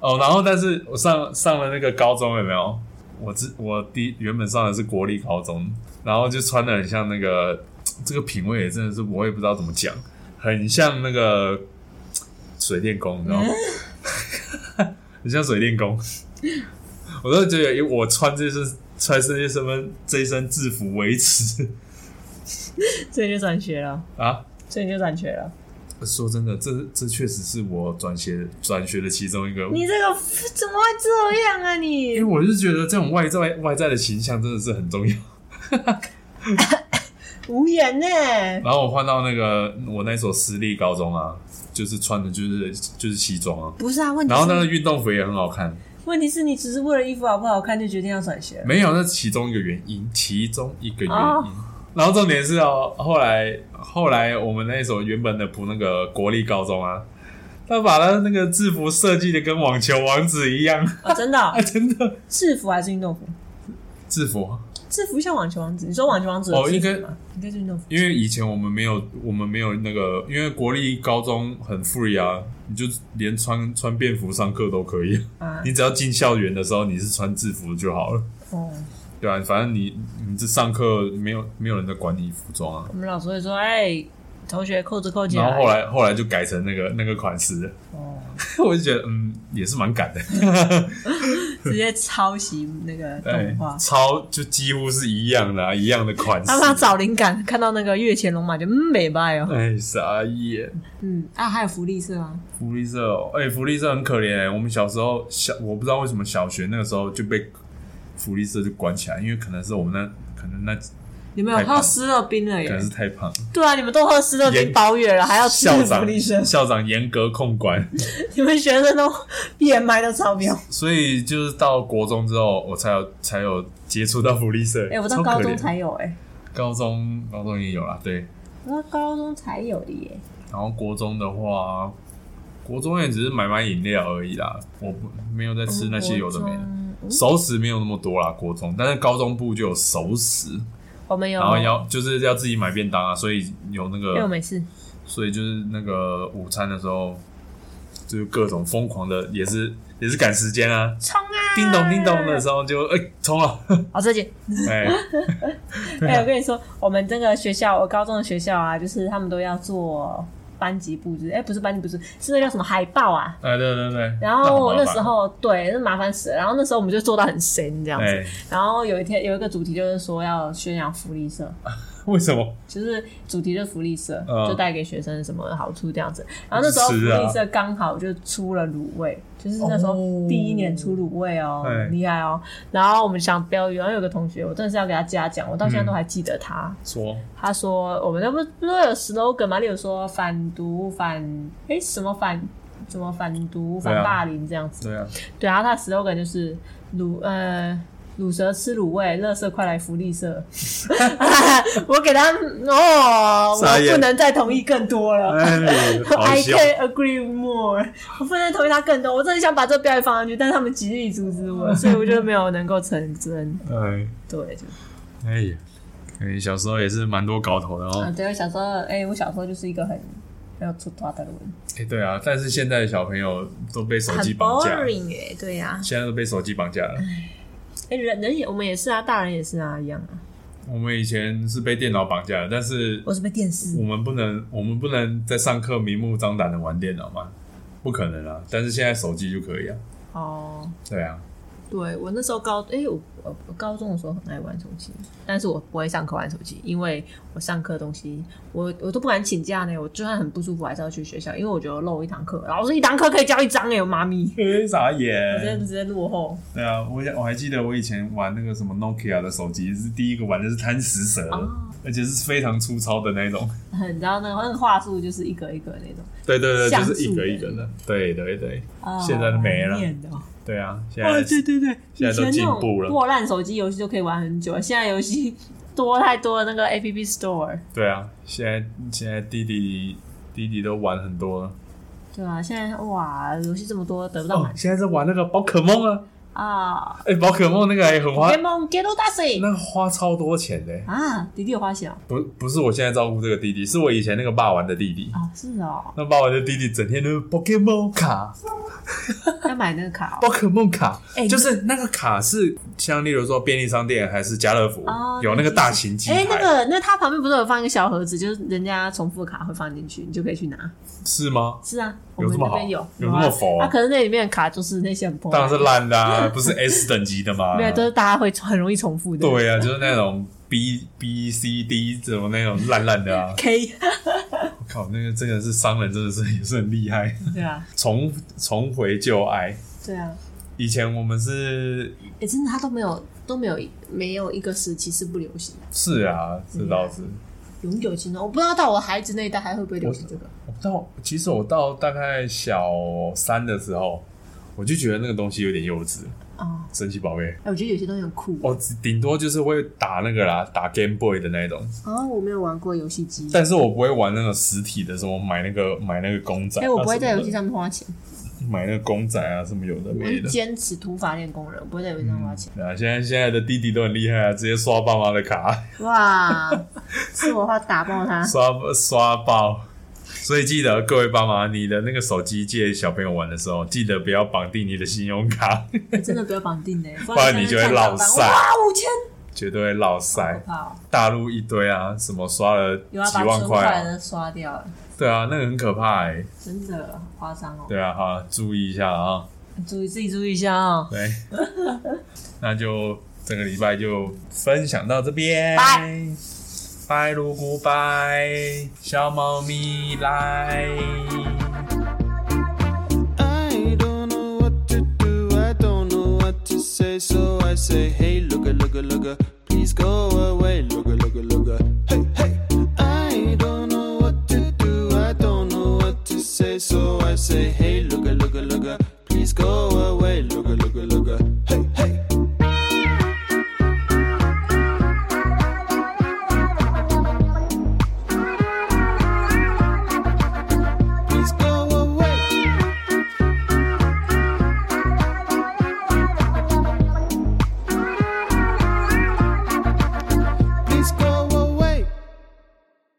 Speaker 2: 哦，然后但是我上上了那个高中有没有？我之我第原本上的是国立高中，然后就穿的很像那个，这个品味也真的是我也不知道怎么讲，很像那个水电工，你知道吗？ *laughs* 很像水电工。我都觉得我穿这身穿这身份这一身制服维持
Speaker 1: 所以就转学了，
Speaker 2: *laughs* 啊。
Speaker 1: 所以就转学了。
Speaker 2: 说真的，这这确实是我转学转学的其中一个
Speaker 1: 你这个怎么会这样啊你？
Speaker 2: 因为我是觉得这种外在外在的形象真的是很重要。
Speaker 1: 无言呢、
Speaker 2: 然后我换到那个我那所私立高中啊，就是穿的就是就是西装啊，
Speaker 1: 不是啊，问题
Speaker 2: 然后那
Speaker 1: 是
Speaker 2: 个运动服也很好看。
Speaker 1: 问题是你只是为了衣服好不好看就决定要转学了。
Speaker 2: 没有，那是其中一个原因，其中一个原因。
Speaker 1: 哦
Speaker 2: 然后重点是哦，后来后来我们那所原本的普那个国立高中啊，他把他那个制服设计的跟网球王子一样
Speaker 1: 哦，真的哦、
Speaker 2: 啊，真的
Speaker 1: 制服还是运动服？
Speaker 2: 制服。啊
Speaker 1: 制服像网球王子，你说网球王子
Speaker 2: 哦
Speaker 1: 有制服
Speaker 2: 应该
Speaker 1: 吗应该是运动服。
Speaker 2: 因为以前我们没有，我们没有那个，因为国立高中很 free 啊，你就连穿穿便服上课都可以，
Speaker 1: 啊
Speaker 2: 你只要进校园的时候你是穿制服就好了，
Speaker 1: 哦，
Speaker 2: 对啊，反正你你这上课没有没有人在管你服装啊。
Speaker 1: 我们老师会说，哎、同学扣子扣起来。
Speaker 2: 然后后来后来就改成那个那个款式了，
Speaker 1: 哦，
Speaker 2: *laughs* 我就觉得嗯也是蛮赶的，
Speaker 1: 直接抄袭那个
Speaker 2: 对
Speaker 1: 动画，。
Speaker 2: 哎超就几乎是一样的、啊，一样的款式
Speaker 1: 他。们找灵感，看到那个月前龙马就嗯美拜哦，
Speaker 2: 哎，傻眼。
Speaker 1: 嗯啊，还有福利社啊，
Speaker 2: 福利社哦，哎、福利社很可怜、欸。我们小时候小，我不知道为什么小学那个时候就被福利社就关起来，因为可能是我们那可能那可
Speaker 1: 你们有
Speaker 2: 太棒
Speaker 1: 喝湿乐冰了耶
Speaker 2: 啊能是？太胖了，
Speaker 1: 对啊，你们都喝湿乐冰
Speaker 2: 严
Speaker 1: 包月了，还要吃
Speaker 2: 校
Speaker 1: 福
Speaker 2: 长
Speaker 1: 利 *laughs* 社？
Speaker 2: 校长严格控管，
Speaker 1: 你们学生都 *laughs* BMI 都超标。
Speaker 2: 所以就是到国中之后，我才有才有接触到福利社。
Speaker 1: 哎、我到
Speaker 2: 超可
Speaker 1: 高中
Speaker 2: 怜
Speaker 1: 才有哎、
Speaker 2: 高中高中也有啦，对。
Speaker 1: 我到高中才有的耶。
Speaker 2: 然后国中的话，国中也只是买买饮料而已啦，我不没有在吃那些有的没的。
Speaker 1: 嗯
Speaker 2: 熟食没有那么多啦，国中，但是高中部就有熟食，
Speaker 1: 我们有，哎
Speaker 2: 然后要就是要自己买便当啊，所以有那
Speaker 1: 因为我
Speaker 2: 个，
Speaker 1: 哦没事，
Speaker 2: 所以就是那个午餐的时候，就是各种疯狂的，也是也是赶时间啊，
Speaker 1: 冲啊！
Speaker 2: 叮咚叮咚的时候就哎
Speaker 1: *laughs*
Speaker 2: 冲、了，
Speaker 1: 哦，这姐，
Speaker 2: 哎啊
Speaker 1: 哎、我跟你说，我们这个学校，我高中的学校啊，就是他们都要做班级布置，哎、不是班级布置，是那叫什么海报啊？
Speaker 2: 哎对对对，
Speaker 1: 然后我那时
Speaker 2: 很麻
Speaker 1: 候对，那麻烦死了。然后那时候我们就做到很深这样
Speaker 2: 烦
Speaker 1: 子。
Speaker 2: 哎
Speaker 1: 然后有一天有一个主题就是说要宣扬福利社，
Speaker 2: 为什么
Speaker 1: 就是主题就是福利社，
Speaker 2: 嗯
Speaker 1: 就带给学生什么好处这样子。然后那时候福
Speaker 2: 吃啊
Speaker 1: 利社刚好就出了卤味，就是那时候
Speaker 2: 哦
Speaker 1: 第一年出卤味哦，
Speaker 2: 哎
Speaker 1: 很厉害哦。然后我们想标语，然后有个同学，我真的是要给他嘉奖，我到现在都还记得他。
Speaker 2: 说
Speaker 1: 他说我们那不不是有 slogan 吗？例如说反毒反哎、什么反什么反毒
Speaker 2: 对啊
Speaker 1: 反霸凌这样子。*laughs*
Speaker 2: 对啊，
Speaker 1: 对啊，他的 slogan 就是卤呃卤蛇吃卤味，乐色快来福利
Speaker 2: *laughs*
Speaker 1: 社。我给他哦，
Speaker 2: 傻眼
Speaker 1: 我不能再同意更多了。
Speaker 2: 哎好
Speaker 1: I
Speaker 2: 笑，
Speaker 1: can agree more，我 *laughs* 不能同意他更多。我真的想把这个标语放上去，但是他们极力阻止我，所以我就没有能够成真。
Speaker 2: 哎
Speaker 1: 对，就
Speaker 2: 哎呀，哎小时候也是蛮多搞头的哦
Speaker 1: 啊，，对，我小时候，哎、我小时候就是一个很很有出抓的人，
Speaker 2: 哎对啊，但是现在的小朋友都被手
Speaker 1: 很
Speaker 2: 机绑架，
Speaker 1: boring 哎、对呀、
Speaker 2: 现在都被手机绑架
Speaker 1: *laughs*
Speaker 2: 了。
Speaker 1: 哎、人人也我们也是啊，大人也是啊，一样啊。
Speaker 2: 我们以前是被电脑绑架的，但是
Speaker 1: 我是被电视
Speaker 2: 我们不能，我们不能在上课明目张胆的玩电脑嘛？不可能啊！但是现在手机就可以啊。
Speaker 1: 哦。
Speaker 2: 对啊，
Speaker 1: 对我那时候高，哎、我我我高中的时候很爱玩手机，但是我不会上课玩手机，因为我上课的东西，我我都不敢请假呢。我就算很不舒服，我还是要去学校，因为我觉得漏一堂课，老师一堂课可以教一张哎、我妈咪，
Speaker 2: 傻
Speaker 1: 我真的
Speaker 2: 眼。
Speaker 1: 直接落后。
Speaker 2: 对啊，我我还记得我以前玩那个什么 Nokia 的手机，是第一个玩的是贪食蛇，
Speaker 1: 哦
Speaker 2: 而且是非常粗糙的那种。
Speaker 1: 很，然后那个那个话术就是一格一格那种，
Speaker 2: *laughs* 对对对，
Speaker 1: 像
Speaker 2: 就是一
Speaker 1: 素
Speaker 2: 格
Speaker 1: 的
Speaker 2: 一格的。对对对，
Speaker 1: 啊
Speaker 2: 现在都没了
Speaker 1: 好怀念哦
Speaker 2: 对啊，现
Speaker 1: 哦，
Speaker 2: 在
Speaker 1: 对对对，
Speaker 2: 现在都
Speaker 1: 以前那
Speaker 2: 进步
Speaker 1: 种
Speaker 2: 了
Speaker 1: 破烂手机游戏就可以玩很久，现在游戏多太多的那个 A P P Store。
Speaker 2: 对啊，现在现在弟弟弟弟都玩很多了，
Speaker 1: 对啊，现在哇，游戏这么多，得不到
Speaker 2: 哦
Speaker 1: 满，
Speaker 2: 现在在玩那个宝可梦啊，
Speaker 1: 啊！
Speaker 2: 哎、宝可梦那个也很花，
Speaker 1: 联盟 get 到大水
Speaker 2: 那个花超多钱的、
Speaker 1: 啊！弟弟有花钱哦，
Speaker 2: 不不是我现在照顾这个弟弟，是我以前那个霸王的弟弟。
Speaker 1: 啊是哦，
Speaker 2: 那霸王的弟弟整天都是 Pokemon 卡、
Speaker 1: 要买那个卡哦
Speaker 2: 宝可梦卡，
Speaker 1: 哎
Speaker 2: 就是那个卡是像例如说便利商店还是家乐福、
Speaker 1: 哦
Speaker 2: 有那个大型机
Speaker 1: 哎、
Speaker 2: 牌，
Speaker 1: 那个，那它旁边不是有放一个小盒子，就是人家重复的卡会放进去，你就可以去拿。
Speaker 2: 是吗？
Speaker 1: 是啊，我
Speaker 2: 有
Speaker 1: 们
Speaker 2: 这么
Speaker 1: 那边
Speaker 2: 好
Speaker 1: 有，
Speaker 2: 有这么佛啊
Speaker 1: 啊？可是那里面的卡就是那些很破，
Speaker 2: 当然是烂的、啊，
Speaker 1: *laughs*
Speaker 2: 不是 S 等级的嘛。
Speaker 1: 没有，都是大家会很容易重复的。。
Speaker 2: 对啊，就是那种 B B C D 这种那种烂烂的啊
Speaker 1: ，K， *laughs*
Speaker 2: 我靠，那个真的是商人，真的是也是很厉害， *laughs*
Speaker 1: 对啊，
Speaker 2: 重重回旧爱。
Speaker 1: 对啊，
Speaker 2: 以前我们是
Speaker 1: 哎、真的，它都没有都没有没有一个时期是不流行的，
Speaker 2: 是啊，这倒是。
Speaker 1: 永久性的。我不知道到我孩子那一代还会不会流行这个。
Speaker 2: 我到其实我到大概小三的时候，我就觉得那个东西有点幼稚，
Speaker 1: 啊，
Speaker 2: 神奇宝贝。
Speaker 1: 哎、我觉得有些东西很酷。
Speaker 2: 我顶多就是会打那个啦，打 Game Boy 的那一种，
Speaker 1: 哦，我没有玩过游戏机，
Speaker 2: 但是我不会玩那种实体的，什么买那个买那个公仔，
Speaker 1: 哎、我不会在
Speaker 2: 啊
Speaker 1: 游戏上面花钱，
Speaker 2: 买那个公仔啊，什么有的
Speaker 1: 我
Speaker 2: 没
Speaker 1: 是
Speaker 2: 的。
Speaker 1: 坚持土法练功人，我不会在游戏上花钱。
Speaker 2: 对啊，现在现在的弟弟都很厉害啊，直接刷爸妈的卡， *laughs*
Speaker 1: *laughs* 哇，是我话打爆他。
Speaker 2: 刷刷爆。所以记得各位爸妈，你的那个手机借小朋友玩的时候，记得不要绑定你的信用卡， *laughs*
Speaker 1: 欸真的不要绑定呢、不
Speaker 2: 不然你就会落塞
Speaker 1: 哇，五千，
Speaker 2: 绝对会落
Speaker 1: 好
Speaker 2: 塞
Speaker 1: 可。怕、哦！
Speaker 2: 大陆一堆啊，什么刷了
Speaker 1: 有要
Speaker 2: 几
Speaker 1: 把
Speaker 2: 万
Speaker 1: 存
Speaker 2: 块、
Speaker 1: 款
Speaker 2: 啊，
Speaker 1: 都刷掉了，
Speaker 2: 对啊，那个很可怕哎、
Speaker 1: 真的好夸张哦。
Speaker 2: 对啊，哈，注意一下啊，
Speaker 1: 注意自己注意一下哦。
Speaker 2: 对， *laughs* 那就这个礼拜就分享到这边，
Speaker 1: 拜
Speaker 2: 拜如古拜，小猫咪来。
Speaker 3: I don't know what to do, I don't know what to say, so I say, hey, looka, looka, looka, please go away.